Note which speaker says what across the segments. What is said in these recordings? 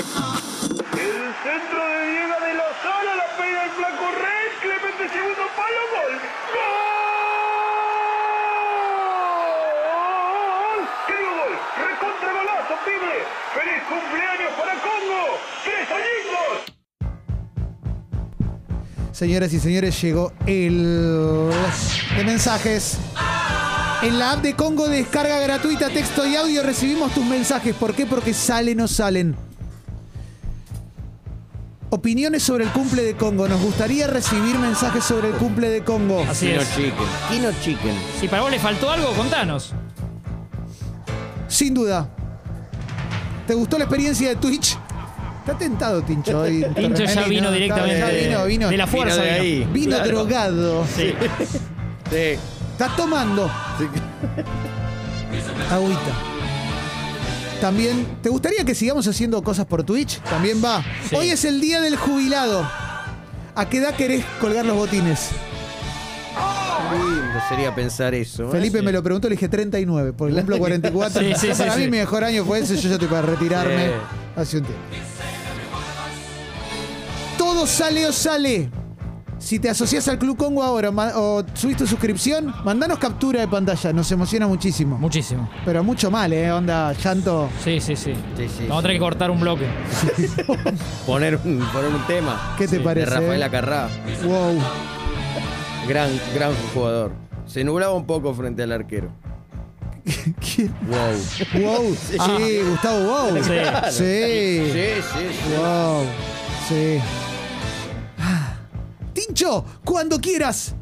Speaker 1: El centro de Diego de Lozano, la pega el flaco Rey, Clemente segundo palo, gol. ¡Gol! ¡Qué lindo gol! ¡Recontra golazo, pibe! ¡Feliz cumpleaños para Congo! ¡Tres añitos!
Speaker 2: Señoras y señores, llegó el de mensajes. En la app de Congo descarga gratuita texto y audio recibimos tus mensajes. ¿Por qué? Porque salen o salen. Opiniones sobre el cumple de Congo. Nos gustaría recibir mensajes sobre el cumple de Congo.
Speaker 3: Así es.
Speaker 4: Kino Chicken.
Speaker 3: Si para vos le faltó algo, contanos.
Speaker 2: Sin duda. ¿Te gustó la experiencia de Twitch? Está tentado, Tincho. hoy.
Speaker 3: Tincho ya
Speaker 2: Torrenelli,
Speaker 3: vino
Speaker 2: ¿no?
Speaker 3: directamente
Speaker 2: Ya
Speaker 3: de,
Speaker 2: vino, vino.
Speaker 3: de la
Speaker 2: Vino,
Speaker 3: fuerza.
Speaker 4: de
Speaker 3: vino.
Speaker 4: ahí. Claro.
Speaker 2: drogado.
Speaker 3: Sí.
Speaker 4: Sí.
Speaker 2: Está tomando. Agüita. También, ¿te gustaría que sigamos haciendo cosas por Twitch? También va.
Speaker 3: Sí.
Speaker 2: Hoy es el día del jubilado. ¿A qué edad querés colgar los botines?
Speaker 4: Lindo sería pensar eso. ¿eh?
Speaker 2: Felipe me lo preguntó, le dije 39, porque cumplo 44.
Speaker 3: Sí, sí,
Speaker 2: Ya
Speaker 3: sí,
Speaker 2: para
Speaker 3: sí.
Speaker 2: mí mi mejor año fue ese, yo ya estoy para retirarme
Speaker 4: Sí.
Speaker 2: hace un tiempo. Todo sale o sale. Si te asocias al Club Congo ahora ma- o subís tu suscripción, mandanos captura de pantalla, nos emociona muchísimo.
Speaker 3: Muchísimo.
Speaker 2: Pero mucho mal, ¿eh? Onda, llanto.
Speaker 3: Sí, sí, sí.
Speaker 4: Sí, sí,
Speaker 3: Vamos a tener que cortar un bloque.
Speaker 4: Poner un, poner un tema.
Speaker 2: ¿Qué te
Speaker 4: De
Speaker 2: parece?
Speaker 4: Rafael Acarrá.
Speaker 2: Wow.
Speaker 4: Gran, gran jugador. Se nublaba un poco frente al arquero.
Speaker 2: ¿Quién?
Speaker 4: Wow.
Speaker 2: Wow. Sí, Gustavo, wow.
Speaker 3: Sí.
Speaker 2: Sí.
Speaker 4: Sí, sí, sí.
Speaker 2: Wow. Sí. Ah. Tincho, cuando quieras.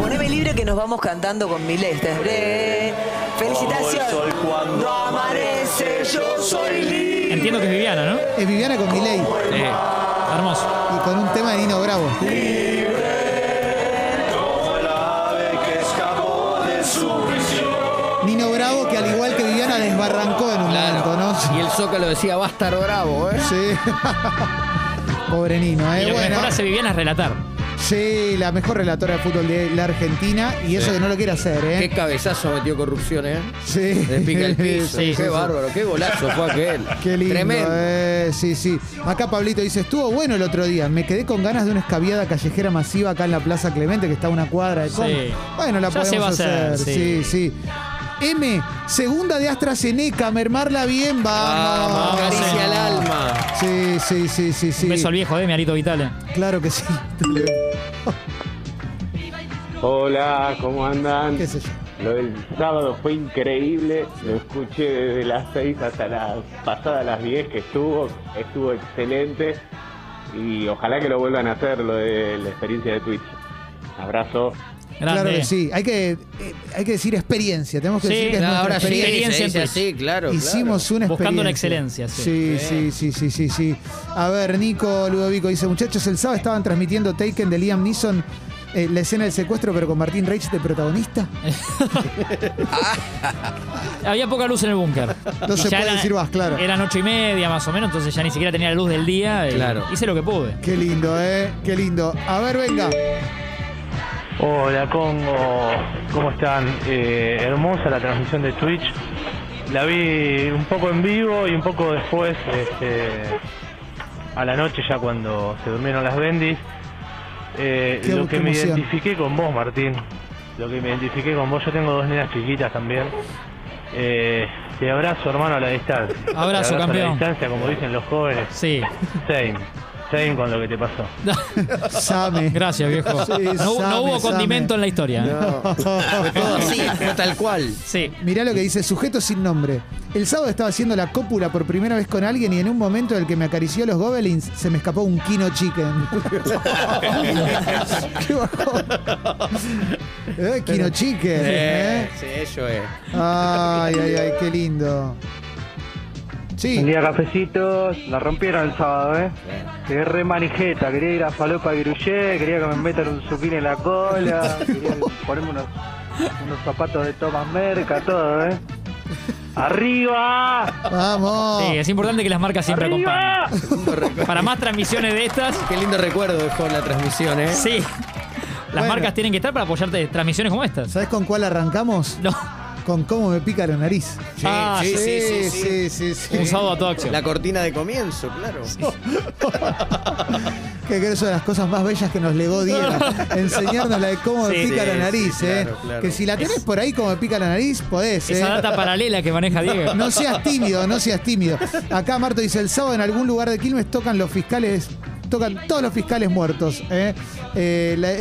Speaker 5: Poneme libre que nos vamos cantando con mi leste. Felicitaciones. Cuando amanece yo soy libre.
Speaker 3: Entiendo que es Viviana, ¿no?
Speaker 2: Es Viviana con Milei
Speaker 3: Hermoso.
Speaker 2: y con un tema de Nino Bravo. Nino Bravo que al igual que Viviana desbarrancó en un momento, ¿no?
Speaker 4: Y el Zócalo decía, va a estar bravo, ¿eh?
Speaker 2: Sí. Pobre Nino,
Speaker 3: Y
Speaker 2: ¿eh?
Speaker 3: lo que
Speaker 2: Bueno,
Speaker 3: mejor hace Viviana es relatar.
Speaker 2: sí, la mejor relatora de fútbol de la Argentina y eso que no lo quiere hacer,
Speaker 4: Qué
Speaker 2: ¿eh?
Speaker 4: cabezazo metió corrupción, ¿eh?
Speaker 2: Sí.
Speaker 4: Le pica el piso.
Speaker 2: Sí, sí,
Speaker 4: qué
Speaker 2: sí.
Speaker 4: bárbaro, qué golazo fue aquel.
Speaker 2: Qué lindo,
Speaker 4: Tremendo.
Speaker 2: eh, sí, sí. Acá Pablito dice, estuvo bueno el otro día. Me quedé con ganas de una escabiada callejera masiva acá en la Plaza Clemente, que está a una cuadra de Congo.
Speaker 3: Sí.
Speaker 2: Bueno, la
Speaker 3: Ya
Speaker 2: podemos
Speaker 3: se va a
Speaker 2: hacer.
Speaker 3: hacer,
Speaker 2: sí. sí, M, segunda de AstraZeneca, mermarla bien,
Speaker 4: Vamos,
Speaker 2: vamos.
Speaker 4: acaricia el alma.
Speaker 2: Sí, sí, sí, sí, sí.
Speaker 3: Un beso al viejo de mi Arito eh. Vitale.
Speaker 2: Claro que sí.
Speaker 6: Hola, ¿cómo andan?
Speaker 2: Qué sé yo.
Speaker 6: Lo del sábado fue increíble, lo escuché desde las 6 hasta las pasadas las 10 que estuvo, estuvo excelente y ojalá que lo vuelvan a hacer lo de la experiencia de Twitch. Abrazo.
Speaker 3: Grande.
Speaker 2: Claro que sí. Hay que, eh, hay que decir experiencia. Tenemos que
Speaker 3: Sí,
Speaker 2: decir que es
Speaker 4: No,
Speaker 3: no,
Speaker 2: nuestra
Speaker 4: ahora sí,
Speaker 2: experiencia.
Speaker 4: se
Speaker 3: experiencia
Speaker 4: dice
Speaker 3: en Twitch.
Speaker 4: así, claro.
Speaker 2: Hicimos una
Speaker 3: Buscando la
Speaker 2: experiencia.
Speaker 3: excelencia, sí.
Speaker 2: Sí, sí, sí, sí, sí, sí. A ver, Nico Ludovico dice, muchachos, el sábado estaban transmitiendo Taken de Liam Neeson, eh, la escena del secuestro, pero con Martín Reich de protagonista.
Speaker 3: Había poca luz en el búnker.
Speaker 2: No
Speaker 3: Y
Speaker 2: se
Speaker 3: ya
Speaker 2: puede decir más, claro.
Speaker 3: Eran ocho y media más o menos, entonces ya ni siquiera tenía la luz del día. y
Speaker 4: Claro.
Speaker 3: Hice lo que pude.
Speaker 2: Qué lindo, ¿eh? Qué lindo. A ver, venga.
Speaker 7: Hola Congo, ¿cómo están? Eh, hermosa la transmisión de Twitch. La vi un poco en vivo y un poco después, este, a la noche ya cuando se durmieron las bendis. Eh,
Speaker 2: Qué-
Speaker 7: lo
Speaker 2: qué
Speaker 7: que me
Speaker 2: emoción.
Speaker 7: identifiqué con vos, Martín. Lo que me identifiqué con vos. Yo tengo dos nenas chiquitas también. Eh, te abrazo, hermano, a la distancia. Te
Speaker 3: Abrazo, campeón.
Speaker 7: A la distancia, como dicen los jóvenes.
Speaker 3: Sí.
Speaker 7: Same. Same con lo que te pasó.
Speaker 2: Same.
Speaker 3: Gracias, viejo.
Speaker 2: Sí,
Speaker 3: no, no
Speaker 2: same,
Speaker 3: hubo
Speaker 2: same.
Speaker 3: condimento en la historia. ¿eh?
Speaker 4: Fue todo así, fue tal cual.
Speaker 3: Sí.
Speaker 2: Mirá lo que dice, sujeto sin nombre. El sábado estaba haciendo la cópula por primera vez con alguien y en un momento en el que me acarició los gobelins se me escapó un kino chicken. Qué bajón. Eh, kino chicken. ¿eh?
Speaker 4: Sí, eso es.
Speaker 2: Ay, ay, ay, qué lindo. Sí,
Speaker 7: Buen día, cafecitos. La rompieron el sábado, ¿eh? Quedé re manijeta. Quería ir a Falopa Gruyé, quería que me metan un supín en la cola, quería ponerme unos, unos zapatos de Tomás Merca, todo, ¿eh? ¡Arriba!
Speaker 2: vamos.
Speaker 3: Sí, es importante que las marcas siempre acompañen.
Speaker 7: ¡Arriba!
Speaker 3: Para más transmisiones de estas,
Speaker 4: Qué lindo recuerdo dejó la transmisión, ¿eh?
Speaker 3: sí. Las
Speaker 2: Bueno.
Speaker 3: marcas tienen que estar para apoyarte en transmisiones como estas.
Speaker 2: ¿Sabes con cuál arrancamos?
Speaker 3: No.
Speaker 2: con cómo me pica la nariz.
Speaker 4: Sí,
Speaker 3: Ah,
Speaker 4: sí, sí, sí, sí.
Speaker 2: sí, sí, sí.
Speaker 3: Un sábado a toda acción.
Speaker 4: La cortina de comienzo, claro.
Speaker 2: Que creo que es una de las cosas más bellas que nos legó Diego. Enseñarnos la de cómo me
Speaker 4: Sí,
Speaker 2: pica
Speaker 4: sí,
Speaker 2: la nariz,
Speaker 4: sí,
Speaker 2: ¿eh?
Speaker 4: claro, claro.
Speaker 2: Que si la tenés por ahí como me pica la nariz, podés, ¿eh?
Speaker 3: Esa data paralela que maneja Diego.
Speaker 2: No seas tímido, no seas tímido. Acá Marto dice, el sábado en algún lugar de Quilmes tocan los fiscales, tocan todos los fiscales muertos. ¿eh? Eh, la-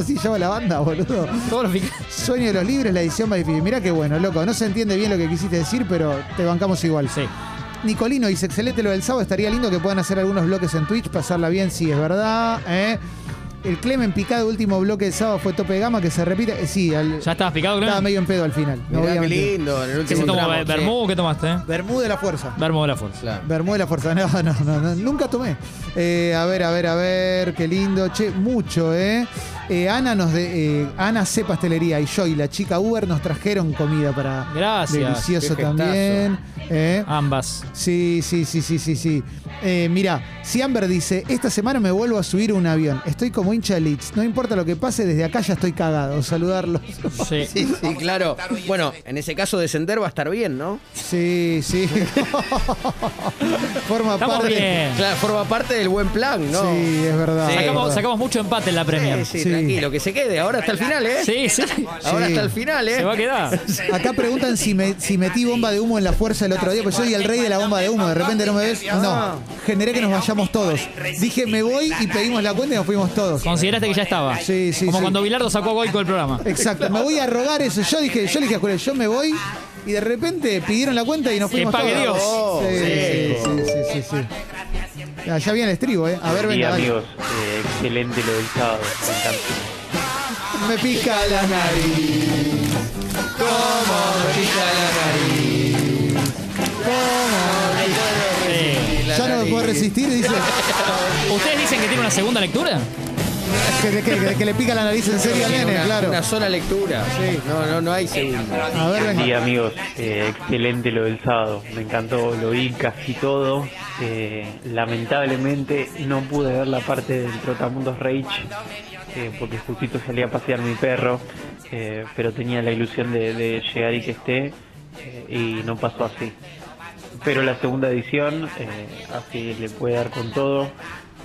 Speaker 2: así llama la banda, boludo.
Speaker 3: Todos los pic-
Speaker 2: Sueño de los libres, la edición más difícil. Mirá qué bueno, loco. No se entiende bien lo que quisiste decir, pero te bancamos igual.
Speaker 3: Sí.
Speaker 2: Nicolino dice, excelente lo del sábado, estaría lindo que puedan hacer algunos bloques en Twitch, pasarla bien, si es verdad. ¿eh? El Clemen picado, último bloque del sábado fue tope de gama, que se repite. Eh, sí, al-
Speaker 3: ¿Ya estabas picado,
Speaker 2: estaba
Speaker 3: Clemen?
Speaker 2: medio en pedo al final. no voy
Speaker 4: Mirá
Speaker 2: a
Speaker 4: qué
Speaker 2: mentir.
Speaker 4: lindo. En el
Speaker 3: ¿Qué
Speaker 4: último
Speaker 3: se tomó?
Speaker 4: tramo, sí.
Speaker 3: ¿Bermú o qué tomaste? eh?
Speaker 2: Bermú de la fuerza.
Speaker 3: Bermú de la fuerza.
Speaker 4: Claro.
Speaker 2: Bermúdez la fuerza. No, no, no, no, nunca tomé. Eh, a ver, a ver, a ver, qué lindo. Che, mucho, ¿eh? Eh, Ana nos de, eh, Ana C Pastelería y yo y la chica Uber nos trajeron comida para
Speaker 3: Gracias.
Speaker 2: delicioso
Speaker 4: Qué gestazo.
Speaker 2: también. ¿eh?
Speaker 3: Ambas.
Speaker 2: Sí, sí, sí, sí, sí, sí. Eh, mira, si Amber dice, esta semana me vuelvo a subir a un avión. Estoy como hincha de Leeds. No importa lo que pase, desde acá ya estoy cagado. Saludarlos.
Speaker 3: Sí.
Speaker 4: Sí, sí, claro. Bueno, en ese caso descender va a estar bien, ¿no?
Speaker 2: Sí, sí. Forma
Speaker 3: Estamos
Speaker 2: parte.
Speaker 3: bien.
Speaker 4: Claro, forma parte del buen plan, ¿no?
Speaker 2: Sí, es verdad.
Speaker 4: Sí.
Speaker 3: Sacamos, sacamos mucho empate en la Premier. Sí,
Speaker 4: Sí, sí,
Speaker 2: Sí.
Speaker 4: tranquilo, que se quede. Ahora hasta el final, ¿eh?
Speaker 3: sí.
Speaker 4: Ahora
Speaker 2: Sí.
Speaker 4: hasta el final, ¿eh?
Speaker 3: Se va a quedar.
Speaker 2: Acá preguntan si, me- si metí bomba de humo en la fuerza el otro día, porque soy el rey de la bomba de humo. De repente no me ves. No, generé que nos vayamos todos. Dije, me voy y pedimos la cuenta y nos fuimos todos.
Speaker 3: Consideraste que ya estaba.
Speaker 2: Sí, sí,
Speaker 3: Como
Speaker 2: sí.
Speaker 3: cuando Bilardo sacó a Goico del programa.
Speaker 2: Exacto, me voy a rogar eso. Yo dije, yo le dije a Julio, yo me voy y de repente pidieron la cuenta y nos
Speaker 3: Que
Speaker 2: fuimos
Speaker 3: pague
Speaker 2: todos.
Speaker 3: Dios.
Speaker 4: Oh,
Speaker 2: Sí, sí,
Speaker 4: sí.
Speaker 2: sí, sí, sí, sí. Ah, Ya viene el estribo, ¿eh? A ver,
Speaker 7: Y
Speaker 2: venga, dale.
Speaker 7: amigos, eh, excelente lo del sábado. me encantó.
Speaker 2: Me pica la nariz. ¿Cómo me pica la nariz?
Speaker 3: Sí.
Speaker 2: Ya no me puedo resistir, dice.
Speaker 3: ¿Ustedes dicen que tiene una segunda lectura?
Speaker 2: Que, que- que- que le pica la nariz en serio al nene,
Speaker 4: Una,
Speaker 2: claro.
Speaker 4: una sola lectura. No, no, no hay segundo.
Speaker 2: A ver, venga.
Speaker 7: Y amigos, eh, excelente lo del sábado. Me encantó, lo vi casi todo. Eh, lamentablemente no pude ver la parte del Trotamundos Rage eh, porque justito salía a pasear mi perro, eh, pero tenía la ilusión de, de llegar y que esté eh, y no pasó así. Pero la segunda edición, eh, así le puede dar con todo.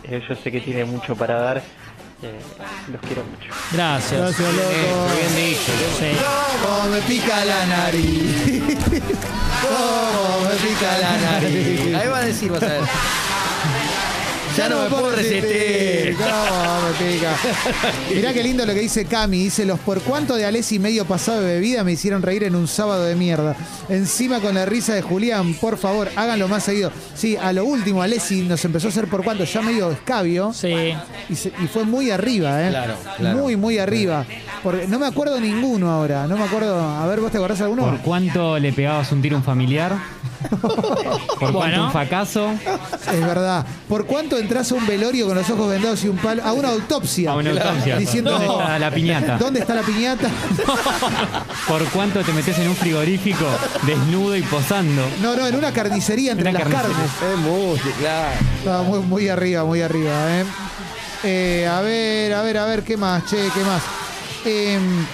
Speaker 7: Eh, yo sé que tiene mucho para dar. Eh, los quiero mucho.
Speaker 3: Gracias.
Speaker 2: Gracias, loco.
Speaker 3: Eh, Sí.
Speaker 2: Cómo me pica la nariz.
Speaker 4: Oh,
Speaker 2: Cómo me pica la nariz.
Speaker 4: Ahí va a decir, vas a ver. Ya no me puedo resistir.
Speaker 2: Cómo me pica. Mirá qué lindo lo que dice Cami. Dice, los por cuánto de Alessi medio pasado de bebida me hicieron reír en un sábado de mierda. Encima con la risa de Julián, por favor, háganlo más seguido. Sí, a lo último Alessi nos empezó a hacer por cuánto, ya medio escabio.
Speaker 3: Sí.
Speaker 2: Y, se- y fue muy arriba, ¿eh?
Speaker 4: Claro, claro.
Speaker 2: Muy, muy arriba. Porque no me acuerdo ninguno ahora. No me acuerdo. A ver, ¿vos te acordás alguno?
Speaker 8: ¿Por cuánto le pegabas un tiro a un familiar? ¿Por cuánto
Speaker 3: Bueno.
Speaker 8: un fracaso?
Speaker 2: Es verdad. ¿Por cuánto entras a un velorio con los ojos vendados y un palo? A una autopsia.
Speaker 8: A una autopsia.
Speaker 2: Diciendo,
Speaker 8: ¿Dónde está la piñata?
Speaker 2: ¿Dónde está la piñata?
Speaker 8: ¿Por cuánto te metes en un frigorífico desnudo y posando?
Speaker 2: No, no, en una carnicería entre
Speaker 8: Una
Speaker 2: las
Speaker 8: carnicería.
Speaker 2: carnes.
Speaker 4: Es mucho, claro.
Speaker 2: Estaba muy, muy arriba, muy arriba, ¿eh? Eh, A ver, a ver, a ver, ¿qué más? Che, ¿qué más? Em,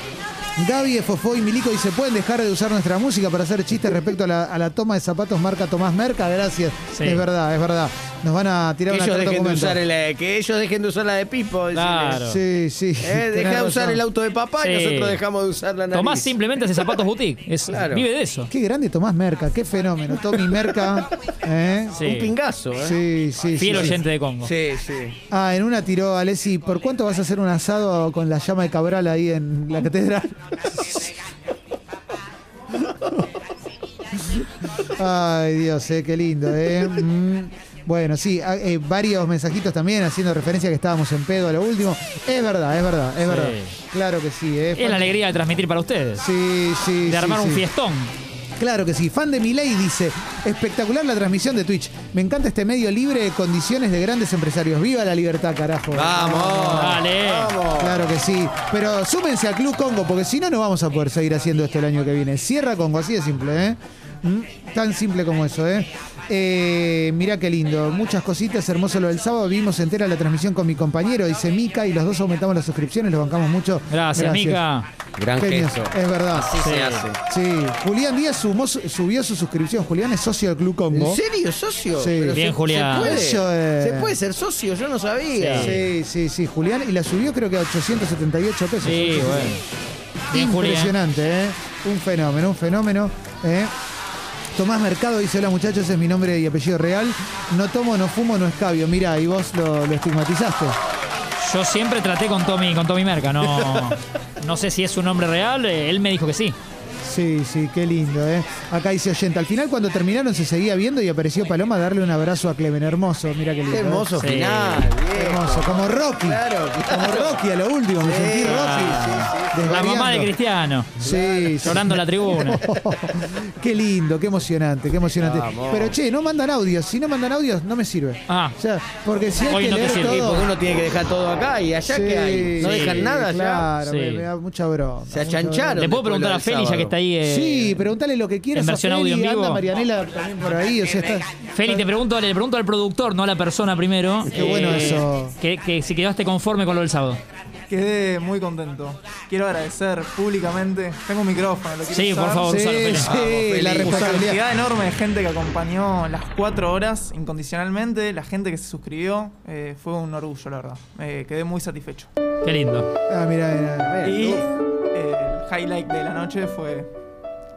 Speaker 2: Gaby, Fofó y Milico dice, ¿pueden dejar de usar nuestra música para hacer chistes respecto a la, a la toma de zapatos marca Tomás Merca? Gracias.
Speaker 3: Sí.
Speaker 2: Es verdad, es verdad. Nos van a
Speaker 4: Que
Speaker 2: tirar una
Speaker 4: ellos,
Speaker 2: carta
Speaker 4: dejen de
Speaker 2: documento.
Speaker 4: usar el, eh, que ellos dejen de usar la de Pipo. decirles.
Speaker 3: Claro.
Speaker 2: Sí, sí.
Speaker 4: Eh,
Speaker 2: tenés
Speaker 4: deja de
Speaker 2: razón.
Speaker 4: usar el auto de papá y
Speaker 3: Sí.
Speaker 4: nosotros dejamos de usar la nariz.
Speaker 3: Tomás simplemente hace zapatos boutique. Es-
Speaker 4: Claro.
Speaker 3: Vive de eso.
Speaker 2: Qué grande Tomás Merca, qué fenómeno. Tommy Merca. ¿eh?
Speaker 3: Sí.
Speaker 4: Un pingazo, ¿eh?
Speaker 2: Sí, sí,
Speaker 3: Fiel
Speaker 2: sí.
Speaker 3: oyente de Congo.
Speaker 4: Sí, sí.
Speaker 2: Ah, en una tiró Alessi, ¿por cuánto vas a hacer un asado con la llama de Cabral ahí en la catedral? Ay, Dios, eh, qué lindo, ¿eh? Mm. Bueno, sí, ah, eh, varios mensajitos también haciendo referencia que estábamos en pedo a lo último. Es verdad, es verdad, es verdad. Claro que sí, ¿eh?
Speaker 3: Es la alegría de transmitir para ustedes.
Speaker 2: Sí, sí, sí,
Speaker 3: De armar un
Speaker 2: sí.
Speaker 3: fiestón.
Speaker 2: Claro que sí. Fan de Milei dice, espectacular la transmisión de Twitch. Me encanta este medio libre de condiciones de grandes empresarios. Viva la libertad, carajo.
Speaker 4: Vamos.
Speaker 8: Ah.
Speaker 3: Dale.
Speaker 2: Claro que sí. Pero súmense al Club Congo, porque si no, no vamos a poder seguir haciendo esto el año que viene. Cierra Congo, así de simple, ¿eh? ¿Mm? Tan simple como eso, ¿eh? Eh, mirá qué lindo, muchas cositas, hermoso lo del sábado, vimos entera la transmisión con mi compañero, dice Mica, y los dos aumentamos las suscripciones, los bancamos mucho.
Speaker 3: Gracias, Mica.
Speaker 4: Gran
Speaker 2: Genios,
Speaker 4: queso.
Speaker 2: es verdad.
Speaker 4: Así
Speaker 2: Sí.
Speaker 4: se hace.
Speaker 2: Sí, Julián Díaz sumó su- subió su suscripción. Julián es socio del Club Combo.
Speaker 4: ¿En serio, socio?
Speaker 2: Sí.
Speaker 4: Pero
Speaker 3: Bien,
Speaker 4: se-
Speaker 3: Julián.
Speaker 4: Se puede,
Speaker 2: Eso es.
Speaker 4: se puede ser socio, yo no sabía.
Speaker 2: Sí, sí, sí, Julián. Y la subió creo que a 878 pesos.
Speaker 3: Sí, bueno. Bien, Julián.
Speaker 2: Impresionante, ¿eh? Un fenómeno, un fenómeno. ¿eh? Tomás Mercado dice, hola muchachos, ese es mi nombre y apellido real. No tomo, no fumo, no escabio. Mirá, y vos lo, lo estigmatizaste.
Speaker 3: Yo siempre traté con Tommy, con Tommy Merca, no. No sé si es un nombre real, eh, él me dijo que sí.
Speaker 2: Sí, sí, qué lindo, ¿eh? Acá dice oyente, al final cuando terminaron se seguía viendo y apareció Paloma a darle un abrazo a Clemen. Hermoso, mira qué lindo.
Speaker 4: Qué
Speaker 2: ¿eh?
Speaker 4: hermoso
Speaker 3: Sí.
Speaker 4: final. viejo.
Speaker 2: Hermoso, como Rocky.
Speaker 4: Claro, claro.
Speaker 2: Como Rocky a lo último, me
Speaker 4: Sí,
Speaker 2: sentí Rocky.
Speaker 4: sí, sí,
Speaker 3: Ah. La mamá de
Speaker 2: desvariando.
Speaker 3: Cristiano.
Speaker 2: Sí, sí.
Speaker 3: Llorando en la tribuna.
Speaker 2: qué lindo, qué emocionante, qué emocionante.
Speaker 4: Vamos.
Speaker 2: Pero che, no mandan audios. Si no mandan audios, no me sirve.
Speaker 3: Ah.
Speaker 2: O sea, porque si hay
Speaker 3: Hoy
Speaker 2: que
Speaker 3: no te
Speaker 2: leer
Speaker 3: sirve,
Speaker 4: Sí,
Speaker 2: todo-
Speaker 4: porque uno tiene que dejar todo acá y allá
Speaker 2: Sí,
Speaker 4: que hay. No
Speaker 2: sí,
Speaker 4: dejan nada allá.
Speaker 2: Claro,
Speaker 3: Sí.
Speaker 2: me, me da mucha broma.
Speaker 4: Se achancharon.
Speaker 3: Le puedo
Speaker 4: después lo
Speaker 3: preguntar a
Speaker 4: del
Speaker 3: Feli, ya
Speaker 4: sábado.
Speaker 3: que está ahí. eh,
Speaker 2: Sí, pregúntale lo que quieras.
Speaker 3: en
Speaker 2: a
Speaker 3: versión
Speaker 2: Feli,
Speaker 3: audio en
Speaker 2: Anda
Speaker 3: vivo.
Speaker 2: Marianela también por ahí. O sea, está-
Speaker 3: Feli, te pregunto, le pregunto al productor, no a la persona primero. Eh,
Speaker 2: Qué bueno eso.
Speaker 3: Que, que si quedaste conforme con lo del sábado.
Speaker 9: Quedé muy contento. Quiero agradecer públicamente. Tengo un micrófono, lo quiero
Speaker 3: Sí,
Speaker 9: usar.
Speaker 3: por favor,
Speaker 2: Sí,
Speaker 3: usalo, Feli.
Speaker 2: sí,
Speaker 4: Feli.
Speaker 2: la
Speaker 9: La
Speaker 2: responsabilidad.
Speaker 9: cantidad enorme de gente que acompañó las cuatro horas incondicionalmente, la gente que se suscribió, eh, fue un orgullo, la verdad. Eh, quedé muy satisfecho.
Speaker 3: Qué lindo.
Speaker 2: Ah, mira, mira.
Speaker 9: Y eh, el highlight de la noche fue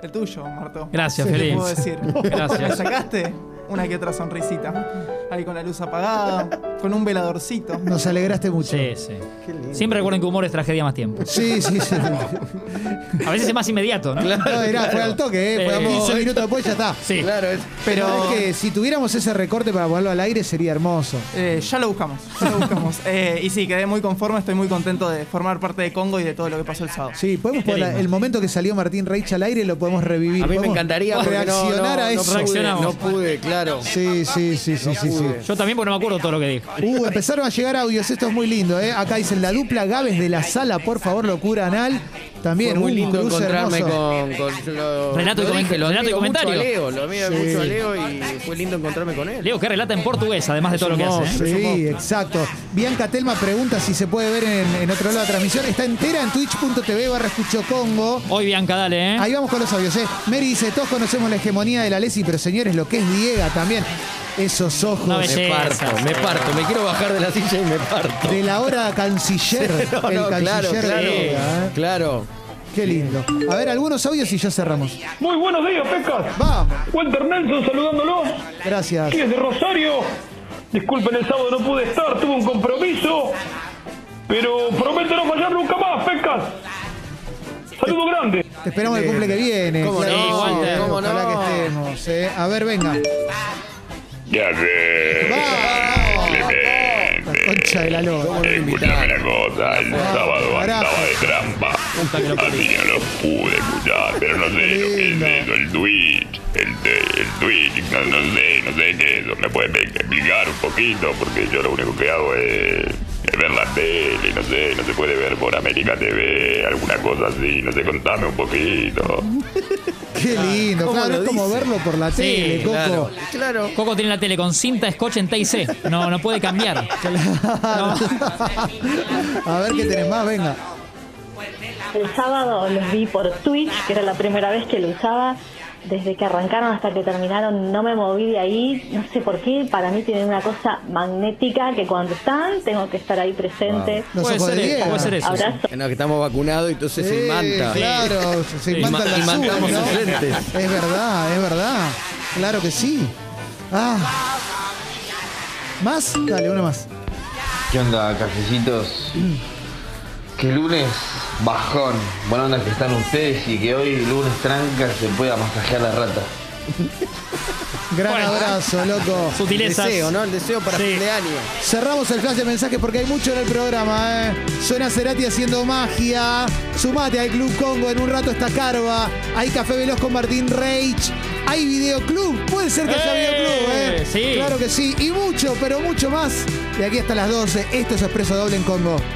Speaker 9: el tuyo, Marto.
Speaker 3: Gracias,
Speaker 9: ¿Qué te
Speaker 3: Feli.
Speaker 9: puedo decir? Me
Speaker 3: Gracias.
Speaker 9: sacaste una que otra sonrisita. Ahí con la luz apagada, con un veladorcito.
Speaker 2: Nos alegraste mucho.
Speaker 3: Sí, sí. Siempre recuerden que humor es tragedia más tiempo.
Speaker 2: Sí, sí, sí.
Speaker 3: A veces es más inmediato, ¿no?
Speaker 2: No, era, fue al toque, ¿eh? Fue
Speaker 3: Eh,
Speaker 2: a 15
Speaker 3: sí.
Speaker 2: minutos después ya está.
Speaker 3: Sí.
Speaker 4: Claro, es-
Speaker 2: Pero es que si tuviéramos ese recorte para ponerlo al aire sería hermoso.
Speaker 9: Eh, ya lo buscamos, ya lo buscamos. Eh, y sí, quedé muy conforme, estoy muy contento de formar parte de Congo y de todo lo que pasó el sábado.
Speaker 2: Sí, podemos
Speaker 3: Qué
Speaker 2: poner la-
Speaker 3: lindo.
Speaker 2: el momento que salió Martín Reich al aire lo podemos revivir.
Speaker 4: a mí me
Speaker 2: Podemos
Speaker 4: encantaría porque no-
Speaker 2: reaccionar
Speaker 4: no,
Speaker 2: a
Speaker 4: no
Speaker 2: eso.
Speaker 4: pude,
Speaker 3: Reaccionamos.
Speaker 4: No pude, claro.
Speaker 2: Sí, sí, sí, sí, sí, sí.
Speaker 3: Yo también porque no me acuerdo todo lo que dije.
Speaker 2: Uh, empezaron a llegar audios, esto es muy lindo, ¿eh? Acá dicen la dupla Gaves de la sala, por favor, locura anal. También,
Speaker 4: Fue muy
Speaker 2: un
Speaker 4: lindo
Speaker 2: cruce
Speaker 4: encontrarme
Speaker 2: hermoso.
Speaker 4: con, con- yo lo-
Speaker 3: Relato y
Speaker 4: lo
Speaker 3: comen-
Speaker 4: dije, lo
Speaker 3: relato y
Speaker 4: admiro
Speaker 3: comentario.
Speaker 4: Mucho a Leo, lo admiro
Speaker 2: Sí.
Speaker 4: mucho a Leo y fue lindo encontrarme con él.
Speaker 3: Leo, que relata en portugués, además de todo lo que hace. ¿eh?
Speaker 2: Sí, exacto. Bianca Telma pregunta si se puede ver en, en otro lado la transmisión. Está entera en twitch.tv barra escucho Congo.
Speaker 3: Hoy Bianca, dale, ¿eh?
Speaker 2: Ahí vamos con los audios, ¿eh? Mary dice, todos conocemos la hegemonía de la Lesi, pero señores, lo que es Diega también. Esos ojos.
Speaker 3: Una
Speaker 4: me
Speaker 3: belleza.
Speaker 4: parto, me parto, me quiero bajar de la silla y me parto.
Speaker 2: De la hora canciller. el
Speaker 4: No, no, claro,
Speaker 2: canciller
Speaker 4: claro.
Speaker 2: de Boca, ¿eh?
Speaker 4: Claro.
Speaker 2: Qué lindo. A ver, algunos audios y ya cerramos.
Speaker 1: Muy buenos días, Pecas.
Speaker 2: Vamos.
Speaker 1: Walter Nelson saludándolo.
Speaker 2: Gracias.
Speaker 1: Aquí desde Rosario. Disculpen, el sábado no pude estar, tuve un compromiso. Pero prometo no fallar nunca más, Pecas. Saludo grande.
Speaker 2: Te esperamos el cumple que viene.
Speaker 4: ¿Cómo
Speaker 2: Claro
Speaker 4: no?
Speaker 2: que sí,
Speaker 4: Walter, ¿cómo
Speaker 2: ojalá
Speaker 4: no?
Speaker 2: que estemos. ¿eh? A ver, venga.
Speaker 1: Ya sé.
Speaker 2: ¡Vamos! La concha de la loba.
Speaker 1: Escuchame una cosa, el sábado
Speaker 2: carajo.
Speaker 1: andaba de trampa. Así que no los pude escuchar, pero no sé lo que es
Speaker 2: Lindo.
Speaker 1: eso, el Twitch, el, te- el Twitch, no, no sé, no sé qué es eso. ¿Me pueden explicar un poquito? Porque yo lo único que hago es, es ver la tele, no sé, no se puede ver por América TV, alguna cosa así, no sé, contame un poquito.
Speaker 2: Qué lindo.
Speaker 4: ¿cómo
Speaker 2: Claro,
Speaker 4: lo
Speaker 2: es como
Speaker 4: dice?
Speaker 2: verlo por la tele, Coco.
Speaker 4: Claro, claro.
Speaker 3: Coco tiene la tele con cinta, scotch en TIC. No, no puede cambiar.
Speaker 2: A ver qué tenés más, venga.
Speaker 10: El sábado los vi por Twitch, que era la primera vez que lo usaba. Desde que arrancaron hasta que terminaron no me moví de ahí, no sé por qué, para mí tienen una cosa magnética que cuando están tengo que estar ahí presente.
Speaker 2: Los
Speaker 3: Puede
Speaker 2: ojos
Speaker 3: ser,
Speaker 2: de
Speaker 3: eh,
Speaker 2: Diego.
Speaker 3: puede ser eso. sí.
Speaker 10: Abrazo.
Speaker 4: No, que estamos vacunados y entonces se
Speaker 2: Eh,
Speaker 4: imanta.
Speaker 2: Claro, se
Speaker 3: Sí,
Speaker 2: imantan
Speaker 4: ima-
Speaker 2: las
Speaker 4: imantamos
Speaker 2: uvas,
Speaker 4: sus
Speaker 2: ¿no?
Speaker 4: lentes.
Speaker 2: Es verdad, es verdad. Claro que sí. Ah. ¿Más? Dale, una más.
Speaker 11: ¿Qué onda, cafecitos? Que lunes bajón. Buena onda que están ustedes y que hoy lunes tranca se pueda masajear la rata.
Speaker 2: Gran
Speaker 3: Bueno.
Speaker 2: abrazo, loco.
Speaker 4: El
Speaker 3: Sutilezas.
Speaker 4: deseo, ¿no? El deseo para
Speaker 3: Sí.
Speaker 4: fin de año.
Speaker 2: Cerramos el flash de mensajes porque hay mucho en el programa. ¿eh? Suena Cerati haciendo magia. Sumate al Club Congo. En un rato está Carva. Hay Café Veloz con Martín Reich. Hay Videoclub. Puede ser que haya
Speaker 3: ¡Eh!
Speaker 2: Videoclub. ¿eh?
Speaker 3: Sí.
Speaker 2: Claro que sí. Y mucho, pero mucho más. De aquí hasta las 12. Esto es Expreso Doble en Congo.